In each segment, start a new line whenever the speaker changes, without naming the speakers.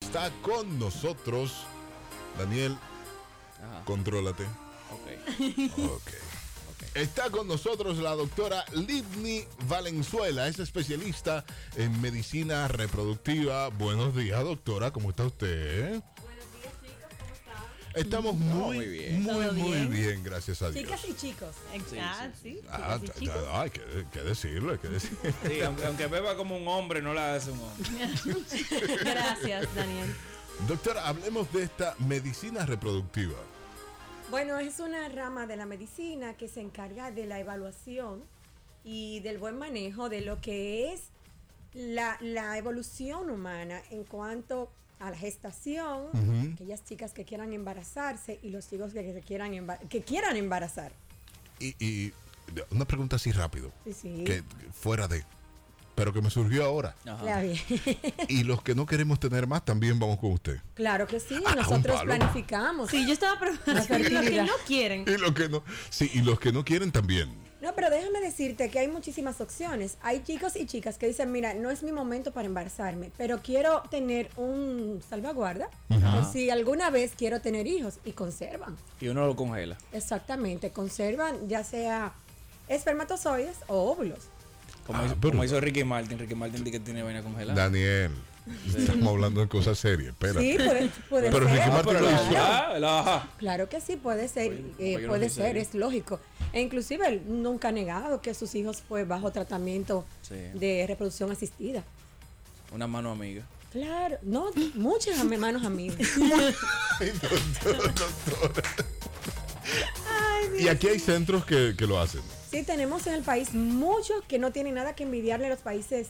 está con nosotros. Daniel, Ah.
Ajá.
contrólate.
Ok.
Ok. Está con nosotros la doctora Lidni Valenzuela, es especialista en medicina reproductiva. Buenos días, doctora, ¿cómo está usted?
Buenos días, chicos, ¿cómo están?
Estamos muy,
muy
muy
bien.
bien, muy,
¿Todo bien?
bien, gracias a Dios.
Chicas y chicos. Ah, sí.
Ah,
Chicas y
ta-
chicos.
ta- ay, qué, qué decirlo, qué decirlo.
Sí, aunque, aunque beba como un hombre, no la hace un hombre.
Gracias, Daniel.
Doctora, hablemos de esta medicina reproductiva.
Bueno, es una rama de la medicina que se encarga de la evaluación y del buen manejo de lo que es la, la evolución humana en cuanto a la gestación,
Ujú.
aquellas chicas que quieran embarazarse y los chicos que, que quieran, emba- que quieran embarazar.
Y, y una pregunta así rápido,
Sí, sí.
que fuera de, pero que me surgió ahora.
Ajá.
Claro, bien.
Y los que no queremos tener más, también vamos con usted.
Claro que sí,
Ah, un
nosotros
palo.
planificamos.
Sí, yo estaba preguntando lo que
fertilidad.
no quieren.
Y los que no, sí, y los que no quieren también.
No, pero déjame decirte que hay muchísimas opciones. Hay chicos y chicas que dicen, mira, no es mi momento para embarazarme, pero quiero tener un salvaguarda por si alguna vez quiero tener hijos y conservan.
Y uno lo congela.
Exactamente, conservan ya sea espermatozoides o óvulos.
Como,
Ah,
hizo,
pero-
como hizo Ricky Martin. Ricky Martin dice que tiene vaina congelada. Ah,
Daniel, estamos hablando de cosas serias, espera.
Sí, pues, puede, puede
Pero Ricky
ser.
Martin lo hizo.
Claro,
Ah, la- ajá.
claro que sí, puede ser,
Oye,
eh,
oye, no
puede
dice
ser,
ahí.
es lógico. E inclusive él nunca ha negado que sus hijos fue bajo tratamiento
Sí.
de reproducción asistida.
Una mano amiga.
Claro, no, muchas am- manos amigas.
Ay, doctora, doctora. y aquí hay centros que, que lo hacen.
Sí, tenemos en el país muchos que no tienen nada que envidiarle a los países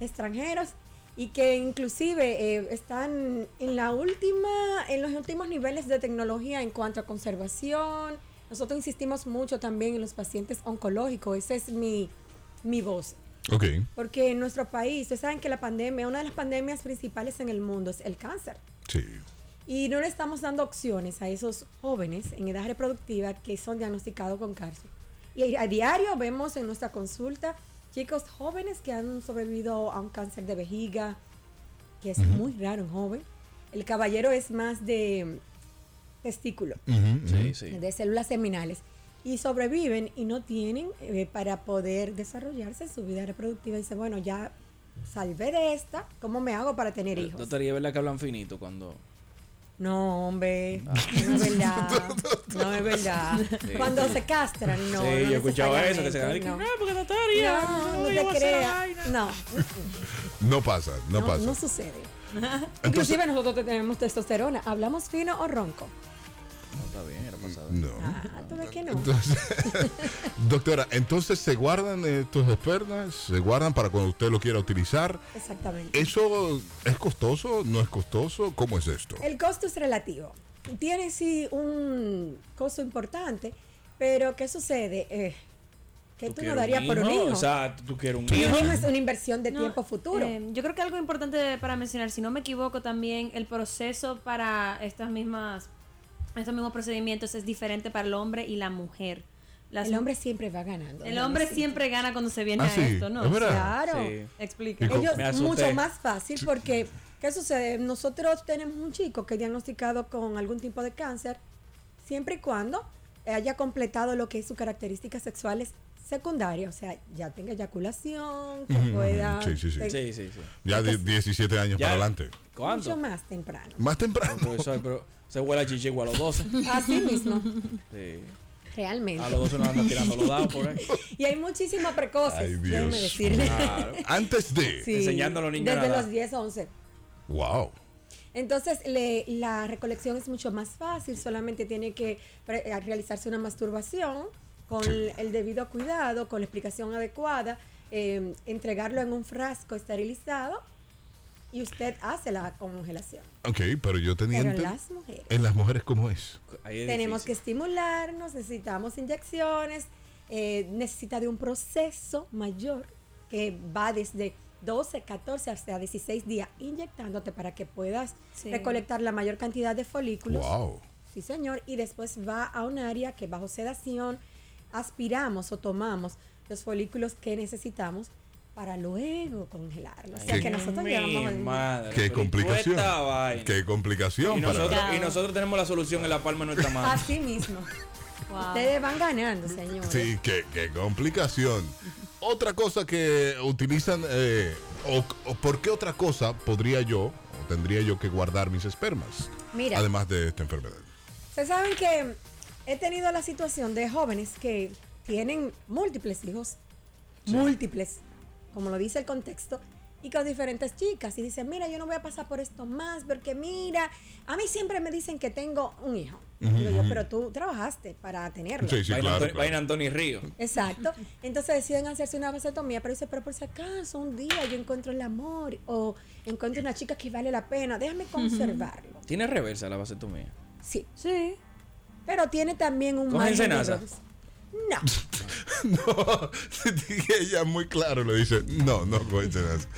extranjeros y que inclusive eh, están en la última, en los últimos niveles de tecnología en cuanto a conservación. Nosotros insistimos mucho también en los pacientes oncológicos, esa es mi, mi voz.
Ok.
Porque en nuestro país, ustedes saben que la pandemia, una de las pandemias principales en el mundo es el cáncer.
Sí.
Y no le estamos dando opciones a esos jóvenes en edad reproductiva que son diagnosticados con cáncer. Y a diario vemos en nuestra consulta chicos jóvenes que han sobrevivido a un cáncer de vejiga, que es muy raro en joven. El caballero es más de mm, testículo,
Ujú,
Sí,
ujú.
sí.
de células seminales. Y sobreviven y no tienen eh, para poder desarrollarse en su vida reproductiva. Y dice, bueno, ya salvé de esta, ¿cómo me hago para tener hijos?
Doctor, y es verdad que hablan finito cuando.
No, hombre,
Ah.
no es verdad. No es verdad.
Sí.
Cuando se castran, no.
sí,
no
yo he escuchado eso. Que se
necesariamente,
no.
no.
Ah, porque doctor, ya,
No,
yo
no te
voy a hacer la
creas.
vaina".
No,
No pasa, no,
no,
pasa.
no sucede.
Entonces-
Inclusive nosotros te- tenemos testosterona. ¿Hablamos fino o ronco?
No, está bien, era pasado.
No.
Ah, ¿tú ves que no?
Entonces, doctora, entonces se guardan estos espermas, se guardan para cuando usted lo quiera utilizar.
eh,
Exactamente.
¿Eso es costoso? ¿No es costoso? ¿Cómo es esto?
El costo es relativo. Tiene sí un costo importante, pero ¿qué sucede? Eh, ¿Qué tú, no
quieres
darías por un hijo?
O sea, tú quieres un
Sí.
hijo.
Un hijo es una inversión de
No,
tiempo futuro.
eh, yo creo que algo importante para mencionar, si no me equivoco también, el proceso para estas mismas, estos mismos procedimientos es diferente para el hombre y la mujer. Las-
el hombre siempre va ganando.
el hombre siempre gana cuando se viene
Ah,
a
sí,
esto, ¿no?
es verdad.
Claro.
Sí.
Explica.
Y con-
Ellos
Me asusté.
mucho más fácil porque, ¿qué sucede? Nosotros tenemos un chico que es diagnosticado con algún tipo de cáncer, siempre y cuando haya completado lo que es sus características sexuales secundarias, o sea, ya tenga eyaculación, que
Ujú,
pueda...
sí, sí, sí.
te-
Sí, sí, sí.
Ya de 17 años
Ya.
para adelante.
¿Cuánto?
Mucho más temprano.
Más temprano.
Profesor, pero se huele a chichi igual a los 12.
Así mismo,
Sí.
realmente.
A los 12 nos andan tirando los dados por ahí.
Y hay muchísimas precoces,
Ay,
déjame
Dios.
decirle.
Claro.
Antes de.
Sí,
Enseñando a los niños a
Desde
nadar.
los 10, 11.
Wow.
Entonces, le- la recolección es mucho más fácil, solamente tiene que pre- eh, realizarse una masturbación con el, el debido cuidado, con la explicación adecuada, eh, entregarlo en un frasco esterilizado y usted hace la congelación.
Ok, pero yo tenía.
Pero en
enten-
las mujeres.
en las mujeres, ¿cómo es?
Ahí es
Tenemos que
difícil.
estimularnos, necesitamos inyecciones, eh, necesita de un proceso mayor que va desde 12, 14 hasta 16 días inyectándote para que puedas
Sí.
recolectar la mayor cantidad de folículos.
Wow.
Sí, señor. Y después va a un área que bajo sedación aspiramos o tomamos los folículos que necesitamos para luego congelarlo. O sea
Ay,
que nosotros llevamos
Mi
el
madre.
Qué
pero
complicación.
cuesta vaina.
Qué complicación
Y
para.
nosotros, y nosotros tenemos la solución en la palma de nuestra mano.
Así mismo.
Wow.
Ustedes van ganando, señores.
Sí, qué, qué complicación. Otra cosa que utilizan, eh, o, o por qué otra cosa podría yo, o tendría yo que guardar mis espermas,
Mira.
además de esta enfermedad.
Ustedes saben que he tenido la situación de jóvenes que tienen múltiples hijos, múltiples, como lo dice el contexto, y con diferentes chicas. Y dicen, mira, yo no voy a pasar por esto más, porque mira, a mí siempre me dicen que tengo un hijo. Digo yo, pero tú trabajaste para tenerlo.
Sí, sí,
vaina,
claro.
Antonio, vaina
claro.
Antonio Río.
Exacto. Entonces deciden hacerse una vasectomía, pero dice, pero por si acaso un día yo encuentro el amor o encuentro una chica que vale la pena, déjame conservarlo.
Tiene reversa la vasectomía.
Sí,
Sí.
pero tiene también un
¿Cogen
margen de
cenaza?
errores. No.
No, ella muy claro le dice, no, no, coincidencia.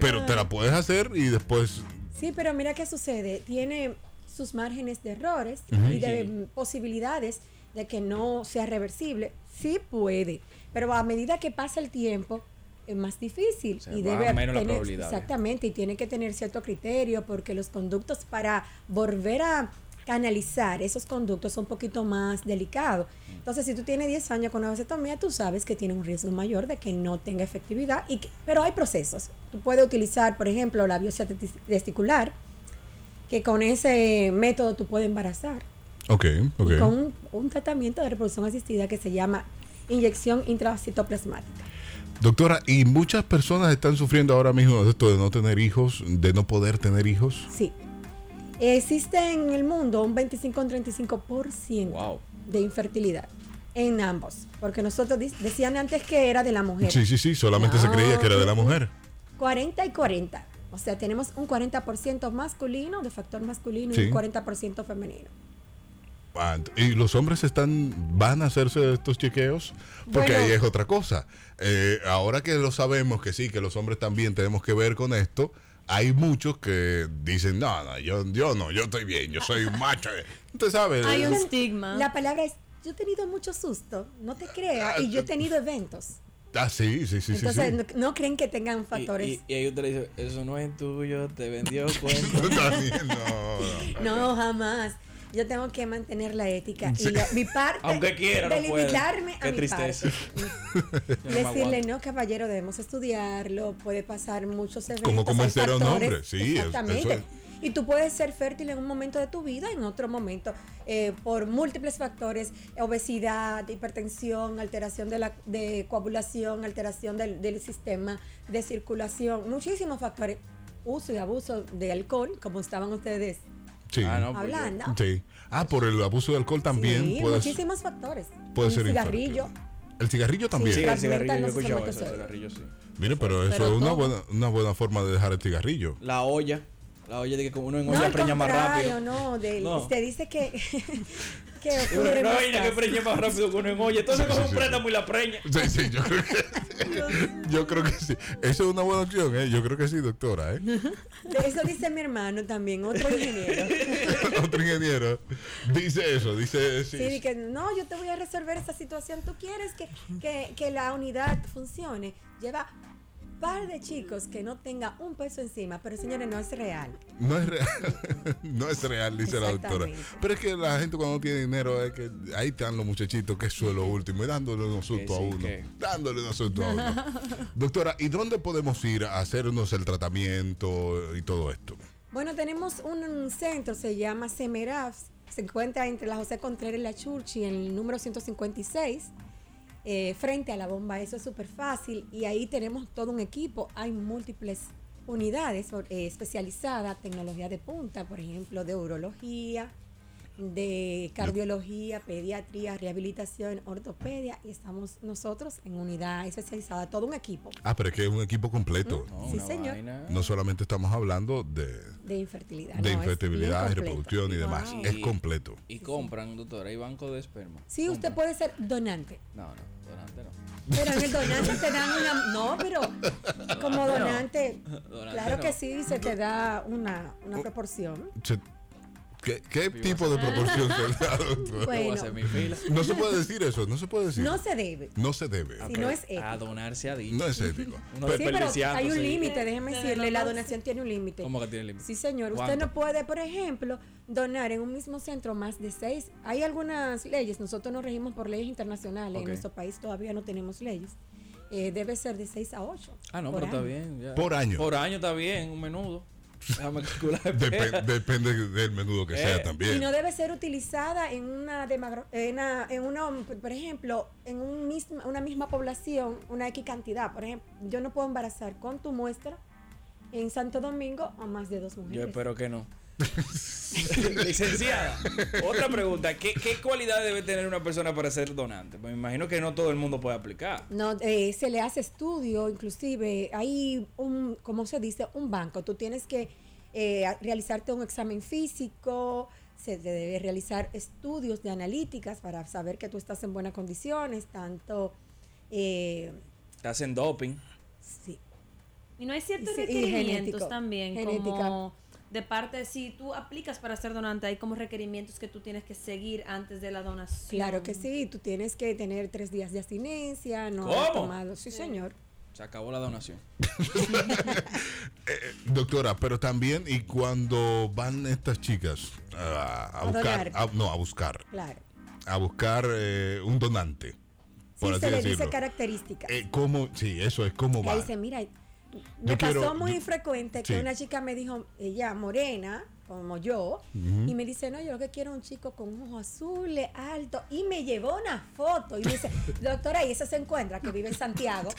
Pero te la puedes hacer y después
Sí, pero mira qué sucede. Tiene sus márgenes de errores y de mm, posibilidades de que no sea reversible. Sí puede, pero a medida que pasa el tiempo es más difícil
Se
y
va
debe
menos la
tener-
probabilidad, ¿eh?
exactamente y tiene que tener cierto criterio porque los conductos para volver a canalizar esos conductos son un poquito más delicados.
Mm.
Entonces, si tú tienes 10 años con una vasectomía, tú sabes que tiene un riesgo mayor de que no tenga efectividad, y que- pero hay procesos. Tú puedes utilizar, por ejemplo, la biopsia testi- testicular, que con ese método tú puedes embarazar.
Ok, ok.
Y con un, un tratamiento de reproducción asistida que se llama inyección intracitoplasmática.
Doctora, y muchas personas están sufriendo ahora mismo de esto de no tener hijos, de no poder tener hijos.
Sí. Existe en el mundo un 25 a un 35%
Wow.
de infertilidad en ambos. Porque nosotros dis- decían antes que era de la mujer.
Sí, sí, sí, solamente se
No.
creía que era de la mujer.
40 y 40. O sea, tenemos un 40% masculino, de factor masculino,
Sí.
y un 40% femenino.
Ah, ent- Y los hombres están, van a hacerse estos chequeos, porque
Bueno.
ahí es otra cosa. Eh, ahora que lo sabemos que sí, que los hombres también tenemos que ver con esto, hay muchos que dicen, no, no, yo, yo no, yo estoy bien, yo soy un macho. Usted sabe,
Hay un
eh,
estigma.
La palabra es, yo he tenido mucho susto, no te creas, y yo he tenido eventos.
ah, sí, sí, sí, sí,
Entonces,
sí.
No, no creen que tengan
Y,
factores.
y- y ahí usted le dice, eso no es tuyo, te vendió cuento.
También, no, no.
No, jamás. Yo tengo que mantener la ética y la- mi parte
Aunque quiera, no
de
puede.
limitarme a
Qué
mi
tristeza.
parte.
Yo no me
Decirle,
aguanto.
no, caballero, debemos estudiarlo, puede pasar muchos eventos.
Como
hay
convencer a un
factores".
hombre, sí, es-
Exactamente.
eso es.
Y tú puedes ser fértil en un momento de tu vida, en otro momento, eh, por múltiples factores, obesidad, hipertensión, alteración de la de coagulación, alteración del, del sistema de circulación, muchísimos factores. Uso y abuso de alcohol, como estaban ustedes
Sí.
Ah, no, pues yo-
hablando.
Sí. Ah, por el abuso de alcohol también
Sí,
puede,
muchísimos factores.
puede
Un
ser
cigarrillo.
infértil. El cigarrillo también.
Sí, el
Fragmentan
cigarrillo, yo he
los
escuchado eso, el
espermatozoides.
cigarrillo, sí.
Mire, pero eso
Pero
es una
todo.
buena, una buena forma de dejar el cigarrillo.
La olla. La olla de que como uno en
No,
olla
al
preña más
contrario,
rápido.
no, de-
No.
te dice que que
Y uno,
ocurre
no,
más
vaina que
casos.
preña más rápido que uno en olla. Entonces
Sí,
coge
sí,
un
sí,
préstamo y la preña.
Sí, sí, yo creo que, yo creo que sí. Eso es una buena opción, ¿eh? Yo creo que sí, doctora, ¿eh?
De Eso dice mi hermano también, otro ingeniero.
Otro ingeniero dice eso, dice... Sí,
Sí, de que no, yo te voy a resolver esta situación. Tú quieres que, que, que la unidad funcione. Lleva par de chicos que no tenga un peso encima, pero señores, no es real.
No es real, no es real, dice la doctora.
Exactamente.
Pero es que la gente cuando no tiene dinero, es que ahí están los muchachitos, que eso es lo último, y dándole un susto a
sí,
uno.
que-
Dándole un susto a uno. doctora, ¿y dónde podemos ir a hacernos el tratamiento y todo esto?
Bueno, tenemos un centro, se llama Semerafs, se encuentra entre la José Contreras y la Churchi, en el número 156, eh, frente a la bomba. Eso es súper fácil y ahí tenemos todo un equipo. Hay múltiples unidades or- eh, especializadas, tecnología de punta, por ejemplo, de urología, de cardiología, pediatría, rehabilitación, ortopedia y estamos nosotros en unidad especializada, todo un equipo
Ah, pero es que es un equipo completo.
No,
Sí,
una
señor.
vaina.
No solamente estamos hablando de,
de infertilidad.
de
No, es bien
infertilidad,
completo.
reproducción y demás.
Wow.
Es completo.
Y compran, doctora, hay banco de esperma.
Sí, usted
Compran.
puede ser donante.
No, no, donante no.
Pero en el donante te dan una. No, pero como donante,
Donante
claro
no. Oh.
que sí, se te da una, una proporción.
Se, ¿Qué, qué tipo de proporción se da, doctora?
Yo voy a
Bueno.
hacer mi fila.
No se puede decir eso, no se puede decir.
No se debe.
No se debe.
Si no es ético.
A donarse a dicho.
No es ético.
Uno
Pero-
Sí, pero
Desperdiciando,
hay un
sí.
límite, déjeme
De- de
decirle, la
donación.
donación tiene un límite.
¿Cómo que tiene límite?
Sí, señor. Usted
¿Cuánto?
no puede, por ejemplo, donar en un mismo centro más de seis. Hay algunas leyes, nosotros nos regimos por leyes internacionales,
Ok.
en nuestro país todavía no tenemos leyes. Eh, debe ser de seis a ocho.
Ah, no,
por
pero está
año.
bien. ya.
Por año.
Por año está bien, un menudo. Déjame calcular.
Depen- depende del menudo que sea
Eh.
también.
Y no debe ser utilizada en una, demagro- en una, en una, por ejemplo, en un misma, una misma población, una X cantidad. Por ejemplo, yo no puedo embarazar con tu muestra en Santo Domingo a más de dos
Yo
mujeres.
espero que no. Licenciada, otra pregunta. ¿Qué, ¿Qué cualidad debe tener una persona para ser donante? Pues me imagino que no todo el mundo puede aplicar.
No, eh, se le hace estudio, inclusive hay un, ¿cómo se dice? Un banco. Tú tienes que eh, a- realizarte un examen físico, se te debe realizar estudios de analíticas para saber que tú estás en buenas condiciones, tanto... eh,
Te hacen doping.
sí.
Y no hay ciertos
Y sí, y
requerimientos
genético,
también,
genética.
como de parte, si tú aplicas para ser donante, hay como requerimientos que tú tienes que seguir antes de la donación.
Claro que sí, tú tienes que tener tres días de abstinencia, no haber
¿Cómo?
tomado. Sí, señor.
Se acabó la donación.
Eh, doctora, pero también, y cuando van estas chicas ah, a,
A
buscar,
donar.
a- no, a buscar,
Claro.
a buscar eh, un donante, por
Sí,
así
se le dice
decirlo.
características.
Eh, ¿cómo? ¡Ah! Sí, eso es como
Ella
va.
dice, mira, me
quiero-
pasó muy
yo-
frecuente que
Sí.
una chica me dijo, ella morena, como yo, y me dice, no, yo lo que quiero es un chico con ojos azules, alto, y me llevó una foto y me dice, doctora, y esa se encuentra, que vive en Santiago.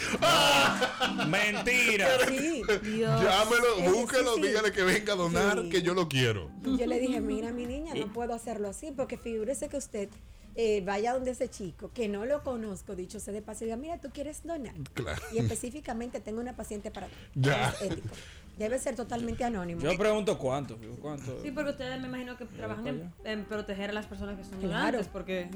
¡Mentira!
Sí.
Dios.
Llámelo,
Eh, Sí, sí,
búsquelo,
sí.
dígale que venga a donar,
Sí.
que yo lo quiero.
Y yo le dije, mira, mi niña, no puedo hacerlo así, porque figúrese que usted eh, vaya donde ese chico, que no lo conozco, dicho sea de paso, y diga, mira, tú quieres donar.
Claro.
Y específicamente tengo una paciente para ti.
Ya.
Es ético. Debe ser totalmente anónimo.
Yo pregunto cuánto. yo cuánto.
Sí, porque ustedes me imagino que trabajan en, en proteger a las personas que son
Claro.
donantes, porque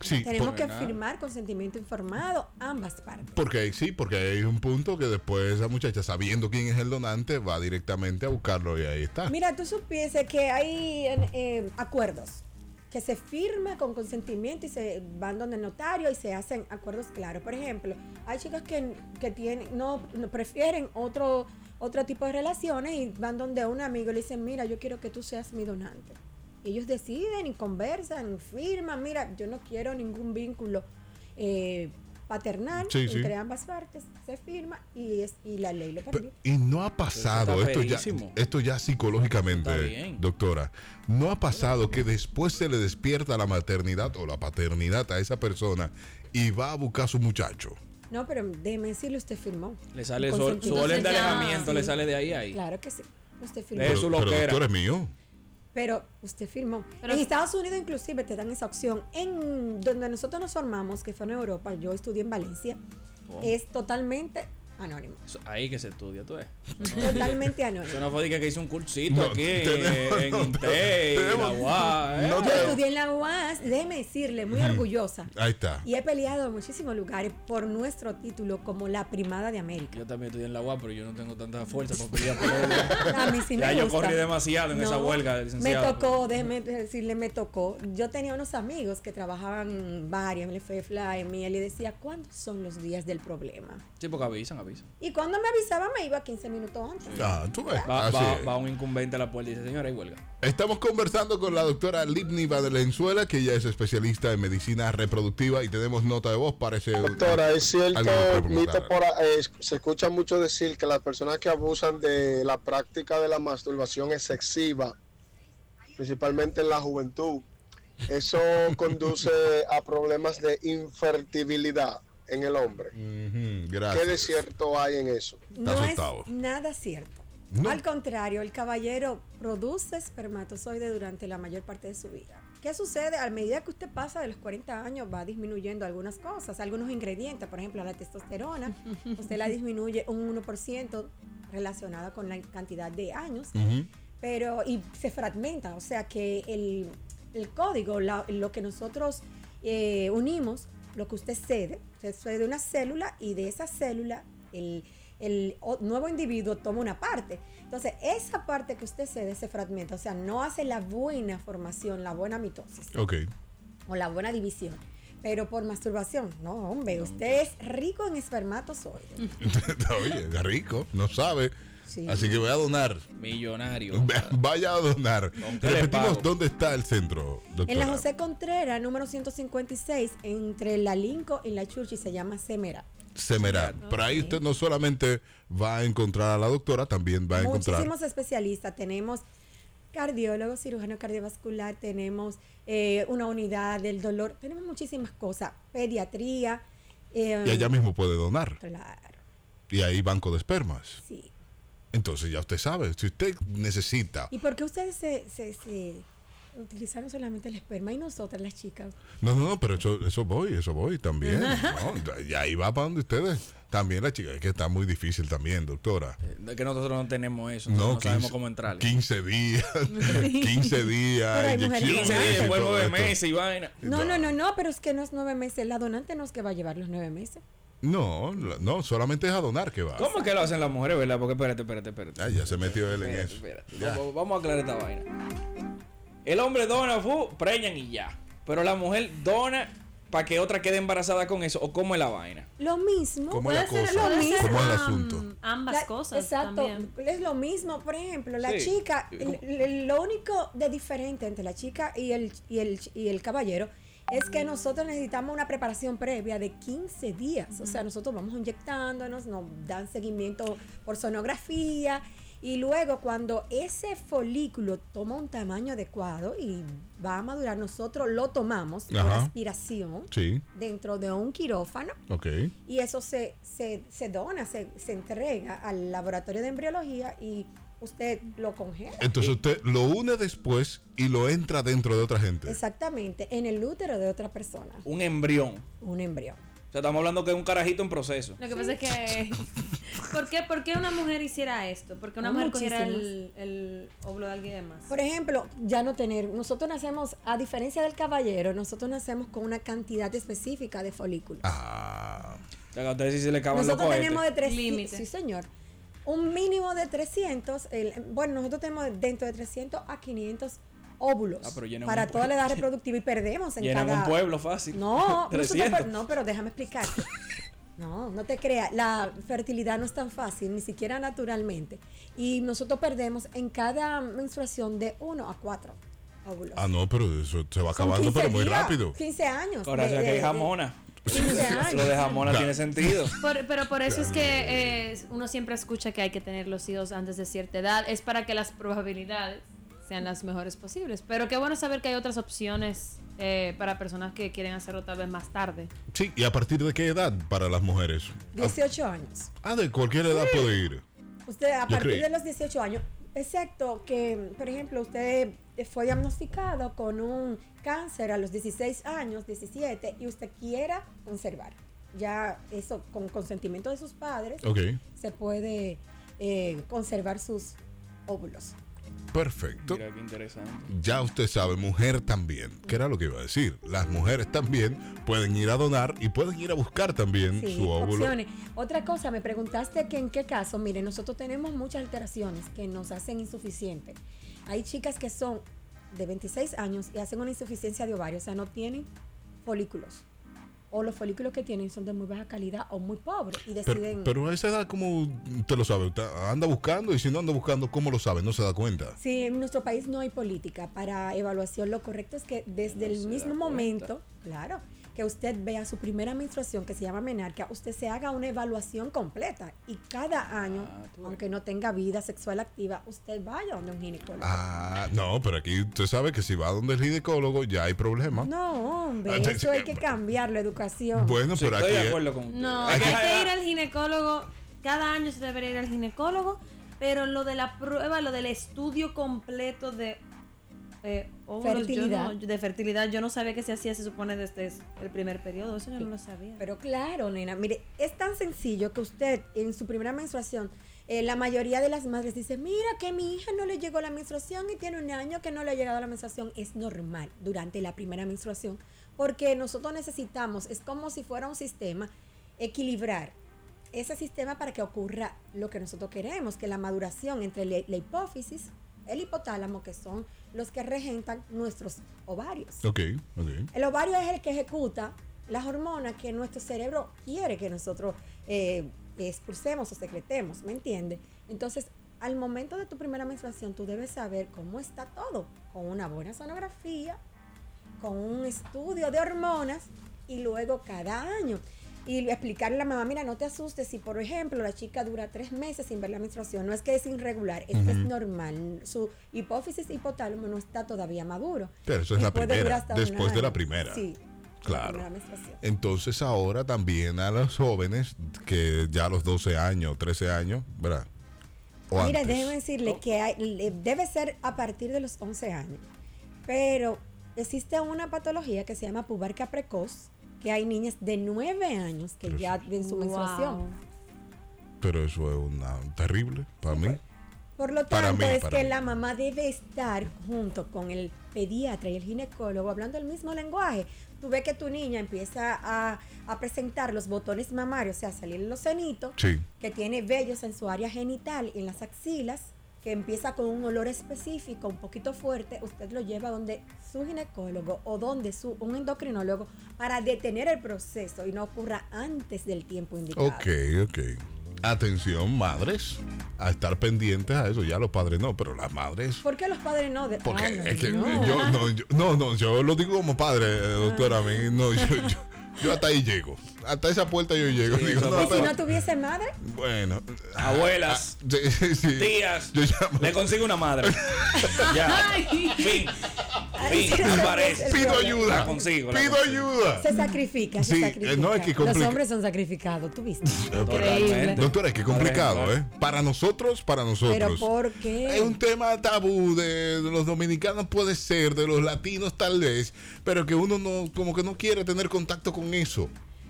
Sí,
Tenemos
por-
que
nada.
firmar consentimiento informado ambas partes.
porque sí, porque hay un punto que después esa muchacha, sabiendo quién es el donante, va directamente a buscarlo y ahí está.
Mira, tú supiese que hay en- eh, acuerdos que se firma con consentimiento y se van donde el notario y se hacen acuerdos claros. Por ejemplo, hay chicas que, que tienen, no, no prefieren otro, otro tipo de relaciones y van donde un amigo y le dicen, mira, yo quiero que tú seas mi donante. Y ellos deciden y conversan, firman, mira, yo no quiero ningún vínculo eh, paternal
Sí, sí.
entre ambas partes, se firma y, es, y la ley lo permite.
Pe- Y no ha pasado,
está
esto ya,
feísimo.
esto ya
Está
psicológicamente,
bien.
doctora, no ha pasado que después se le despierta la maternidad o la paternidad a esa persona y va a buscar a su muchacho.
No, pero déjeme decirle, usted firmó.
Le sale
Con
su, su
sentido.
orden de
Entonces ya,
alejamiento, le sale de ahí a ahí.
Claro que sí. Usted firmó.
Es
Pero,
su
pero,
loquera.
doctora, es mío.
Pero usted firmó.
Pero-
en Estados Unidos inclusive te dan esa opción. En donde nosotros nos formamos, que fue en Europa, yo estudié en Valencia,
Oh.
es totalmente anónimo.
Eso- Ahí que se estudia, tú ves.
Totalmente
Eso
anónimo.
no fue de que que hice un cursito
No,
aquí
tenemos-
en Inte, en la
tenemos-
UAS, ¿eh?
no
Yo
te-
estudié en la UAS, déjeme decirle, muy orgullosa.
Ahí está.
Y he peleado en muchísimos lugares por nuestro título como la primada de América.
Yo también estudié en la UAS, pero yo no tengo tanta fuerza para pelear por ella.
A mí sí me
Ya yo
gusta.
corrí demasiado en esa huelga,
Me
licenciado.
tocó, déjeme decirle, me tocó. Yo tenía unos amigos que trabajaban en varias, en el FEFLA, en Miel, y decía, ¿cuántos son los días del problema?
Sí, porque avisan, avisan.
Y cuando me avisaba, me iba 15 minutos antes.
Ah, tú ves.
Va,
Así
va,
es.
va un incumbente a la puerta y dice, señora, hay huelga.
Estamos conversando con la doctora Libni Valenzuela, que ella es especialista en medicina reproductiva y tenemos nota de voz, parece.
Doctora, es cierto,
Alguien nos puede
mito
preguntar.
por a- eh, se escucha mucho decir que las personas que abusan de la práctica de la masturbación excesiva, principalmente en la juventud, eso conduce a problemas de infertilidad en el hombre.
Ujú,
¿Qué
gracias.
de cierto hay en eso?
No
asustado.
es nada cierto.
No.
Al contrario, el caballero produce espermatozoides durante la mayor parte de su vida. ¿Qué sucede? A medida que usted pasa de los 40 años, va disminuyendo algunas cosas, algunos ingredientes, por ejemplo, la testosterona, usted la disminuye un 1% relacionada con la cantidad de años,
Ujú.
pero y se fragmenta, o sea que el, el código, la- lo que nosotros eh, unimos, lo que usted cede, usted cede una célula y de esa célula el, el o- nuevo individuo toma una parte. Entonces, esa parte que usted cede se fragmenta, o sea, no hace la buena formación, la buena mitosis
Ok.
o la buena división. Pero por masturbación, no, hombre, usted es rico en
Mm.
espermatozoides.
Oye, rico, no sabe.
Sí.
Así que voy a donar.
Millonario.
Vaya a donar.
¿Con qué le
Repetimos
pago?
dónde está el centro, doctora.
En la José Contreras, número 156, entre la Linco y la Churchi, se llama Semera.
Semeral. Por ahí usted no solamente va a encontrar a la doctora, también va a encontrar.
Muchísimos especialistas. Tenemos cardiólogos, cirujano cardiovascular, tenemos eh, una unidad del dolor, tenemos muchísimas cosas. Pediatría. eh,
Y allá mismo puede donar.
Claro,
Y ahí banco de espermas.
sí.
Entonces ya usted sabe, si usted necesita.
¿Y por qué ustedes se, se- se utilizaron solamente el esperma y nosotras, las chicas?
No, no, no, pero eso, eso voy, eso voy también. ¿no? Y ahí va para donde ustedes. También la chica, es que está muy difícil también, doctora.
Que nosotros no tenemos eso.
No,
No, sabemos cómo entrar.
15 días, 15
Pero
días,
hay mujeres
15
que
inyecciones
días,
y
después
todo
nueve
esto.
meses y vaina.
No, no, no, no, pero es que no es nueve meses. La donante no es que va a llevar los nueve meses.
No, la- no, solamente es a donar que va.
¿Cómo que lo hacen las mujeres, verdad? Porque espérate, espérate, espérate.
Ah, ya se metió él en
Espérate,
eso.
espérate.
Ya.
Vamos, vamos a aclarar esta vaina. El hombre dona, fu, preñan y ya. Pero la mujer dona para que otra quede embarazada con eso. ¿O cómo es la vaina?
Lo mismo.
¿Cómo es la
puede ser
cosa?
Lo
Puede
mismo.
ser,
¿Cómo es el
am,
asunto?
ambas
La-
cosas
Exacto,
también.
es lo mismo, por ejemplo, la
Sí.
chica,
¿Y cómo?
l- l- lo único de diferente entre la chica y el, y el, y el caballero es que nosotros necesitamos una preparación previa de 15 días, o sea, nosotros vamos inyectándonos, nos dan seguimiento por sonografía y luego cuando ese folículo toma un tamaño adecuado y va a madurar, nosotros lo tomamos por
Ajá.
aspiración
Sí,
dentro de un quirófano
ok.
y eso se, se, se dona, se, se entrega al laboratorio de embriología y usted lo congela.
Entonces usted lo une después y lo entra dentro de otra gente.
Exactamente, en el útero de otra persona,
Un embrión.
un embrión.
O sea, estamos hablando que es un carajito en proceso.
Lo que pasa es que. ¿por, qué, por qué una mujer hiciera esto? Porque una
No,
mujer cogiera el,
muchísimas.
el óvulo de alguien más.
Por ejemplo, ya no tener, nosotros nacemos, a diferencia del caballero, nosotros nacemos con una cantidad específica de folículos.
Ah,
O sea, que a ustedes sí se le acaban los
Nosotros
cohetes.
tenemos de tres
Límite.
Sí, señor. Un mínimo de 300, el- bueno, nosotros tenemos dentro de 300 a 500 óvulos
Ah, pero llenan
para
un
toda la
pueblo.
edad reproductiva y perdemos en
Llenan
cada
un pueblo fácil.
No, no, se te
300.
puede- no, pero déjame explicar. No, no te creas. La fertilidad no es tan fácil, ni siquiera naturalmente. Y nosotros perdemos en cada menstruación de 1 a 4 óvulos.
ah, no, pero eso se va
Son
acabando, pero
15
muy
días,
rápido.
15 años.
Ahora, o sea,
de-
que
de-
es jamona.
15 años.
Lo de jamona tiene sentido.
Por- pero por eso es que eh, uno siempre escucha que hay que tener los hijos antes de cierta edad. Es para que las probabilidades sean las mejores posibles. Pero qué bueno saber que hay otras opciones eh, para personas que quieren hacerlo tal vez más tarde.
Sí, ¿y a partir de qué edad para las mujeres?
18 años.
Ah, de cualquier edad puede ir.
Usted
Yo
a partir
creí.
de los 18 años, excepto que, por ejemplo, usted fue diagnosticado con un cáncer a los 16 años, 17, y usted quiera conservar. Ya eso, con consentimiento de sus padres,
Ok,
se puede eh, conservar sus óvulos.
perfecto.
Mira, qué interesante.
Ya usted sabe, mujer también, que era lo que iba a decir. Las mujeres también pueden ir a donar y pueden ir a buscar también
Sí,
su óvulo.
opciones. Otra cosa, me preguntaste que en qué caso, mire, nosotros tenemos muchas alteraciones que nos hacen insuficientes. Hay chicas que son de 26 años y hacen una insuficiencia de ovario, o sea, no tienen folículos. O los folículos que tienen son de muy baja calidad o muy pobres y deciden...
Pero, pero a esa edad, ¿cómo te lo sabe? Usted Anda buscando y si no anda buscando, ¿cómo lo sabe? No se da cuenta.
Sí, en nuestro país no hay política para evaluación. Lo correcto es que desde
No se
el
da
mismo
cuenta.
momento, claro, que usted vea su primera menstruación, que se llama menarquia, usted se haga una evaluación completa y cada año,
tú ves.
aunque no tenga vida sexual activa, usted vaya donde un ginecólogo.
Ah, no, pero aquí usted sabe que si va donde el ginecólogo ya hay problemas.
No, hombre,
Ah, sí, sí,
eso hay
eh,
que cambiarlo, educación.
Bueno,
Sí,
pero
estoy
aquí.
de acuerdo con usted.
No,
Hay
hay
que-
que ir al ginecólogo. Cada año se debería ir al ginecólogo. Pero lo de la prueba, lo del estudio completo de eh, óvulos, yo
Fertilidad.
no- de fertilidad, yo no sabía que se hacía, se supone, desde el primer periodo. Eso yo no lo sabía.
Pero claro, nena, mire, es tan sencillo que usted en su primera menstruación, eh, la mayoría de las madres dice, mira que mi hija no le llegó la menstruación y tiene un año que no le ha llegado la menstruación. Es normal durante la primera menstruación, porque nosotros necesitamos, es como si fuera un sistema, equilibrar ese sistema para que ocurra lo que nosotros queremos, que la maduración entre la, la hipófisis, el hipotálamo, que son los que regentan nuestros ovarios.
Ok, ok.
El ovario es el que ejecuta las hormonas que nuestro cerebro quiere que nosotros eh, expulsemos o secretemos, ¿me entiendes? Entonces, al momento de tu primera menstruación, tú debes saber cómo está todo, con una buena sonografía, con un estudio de hormonas y luego cada año. Y explicarle a la mamá, mira, no te asustes si, por ejemplo, la chica dura tres meses sin ver la menstruación. No es que es irregular, es que es
Ujú.
normal. Su hipófisis hipotálamo no está todavía maduro.
Pero eso es
Y
la
puede durar
primera,
hasta un
después de la
año.
primera.
Sí,
Claro.
la primera menstruación.
Entonces ahora también a los jóvenes que ya a los 12 años, 13 años, ¿verdad? O
Mira,
antes.
déjeme decirle que hay- le- debe ser a partir de los 11 años. Pero existe una patología que se llama puberca precoz, que hay niñas de 9 años que
Pero
ya ven su menstruación.
Pero eso es una terrible para mí.
Por lo
Para
tanto,
mí,
es
para
que
mí.
la mamá debe estar junto con el pediatra y el ginecólogo hablando el mismo lenguaje. Tú ves que tu niña empieza a, a presentar los botones mamarios, o sea, salir los cenitos,
Sí.
que tiene vellos en su área genital y en las axilas, que empieza con un olor específico, un poquito fuerte, usted lo lleva donde su ginecólogo o donde su, un endocrinólogo para detener el proceso y no ocurra antes del tiempo indicado.
Ok, ok. Atención, madres, a estar pendientes a eso. Ya los padres no, pero las madres.
¿Por qué los padres no? de-
Porque
Ay,
es que
no.
yo no, yo, no, no, yo lo digo como padre, eh, doctora. A mí, no, yo, yo, yo hasta ahí llego. Hasta esa puerta yo llego. Digo,
eso
no,
pasa.
Si
pero-
no tuviese madre,
bueno.
Ah, Abuelas,
Sí, sí, Ah, sí.
tías,
Yo llamo.
le consigo una madre. ya. Fin.
Ay,
Fin.
sí, sí,
Aparece.
sí, sí.
Pido ayuda.
La consigo, la
Pido
consigo.
ayuda.
se sacrifica, se
Sí, eh,
sacrifica.
no, es que
los
complica-
hombres son sacrificados, ¿tú viste?
Totalmente.
Doctora, es que complicado,
Madre,
¿eh? Para nosotros, para nosotros.
Pero ¿por qué?
Es un tema tabú de los dominicanos puede ser, de los latinos tal vez, pero que uno no, como que no quiere tener contacto con eso.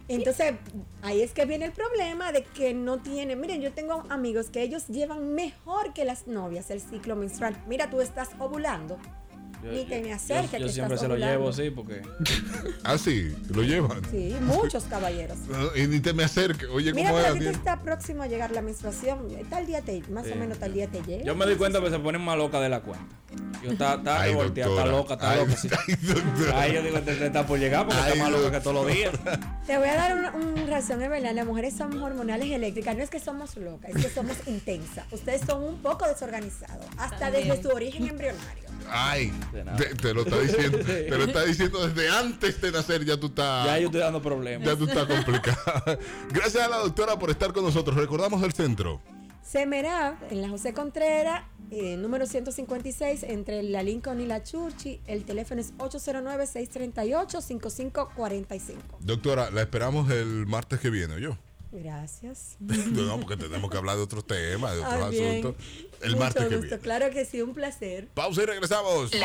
Entonces, ahí es que viene el problema de que no tienen. Miren, yo tengo amigos que ellos llevan mejor que las novias el ciclo menstrual. Mira, tú estás ovulando.
Yo-
Ni te
yo-
me acerques,
Yo, yo
que
siempre
estás
se lo
ovulando.
llevo, sí, porque.
Ah, sí, lo llevan.
Sí, muchos caballeros.
Ah, Y ni te me acerques. Oye,
Mira,
¿cómo
pero a
era?
ti te está próximo a llegar la menstruación. Tal día te, más
Sí.
o menos tal día te llega.
Yo me doy cuenta que se ponen más loca de la cuenta. Yo está, está
Ay,
revolteada, está
doctora.
loca, está
Ay,
loca. sí.
ay, doctora.
Ahí yo digo, te, te está por llegar porque
Ay,
está más loca que
doctora.
todos los días.
Te voy a dar una, una razón, es verdad. Las mujeres somos hormonales y eléctricas. No es que somos locas, es que somos intensas. Ustedes son un poco desorganizados, hasta
También.
desde su origen embrionario.
Ay,
De nada.
te, te lo está diciendo, te lo está diciendo desde antes de nacer, ya tú estás.
Ya yo estoy dando problemas.
Ya tú estás complicada. Gracias a la doctora por estar con nosotros. Recordamos el centro.
Semerab, en la José Contreras, eh, número 156, entre la Lincoln y la Churchi. El teléfono es 809-638-5545.
Doctora, la esperamos el martes que viene, yo.
Gracias.
No, porque tenemos que hablar de otros temas, de otros
Ah, bien.
asuntos. El
Mucho
martes que
gusto.
viene.
Claro que sí, un placer.
Pausa y regresamos.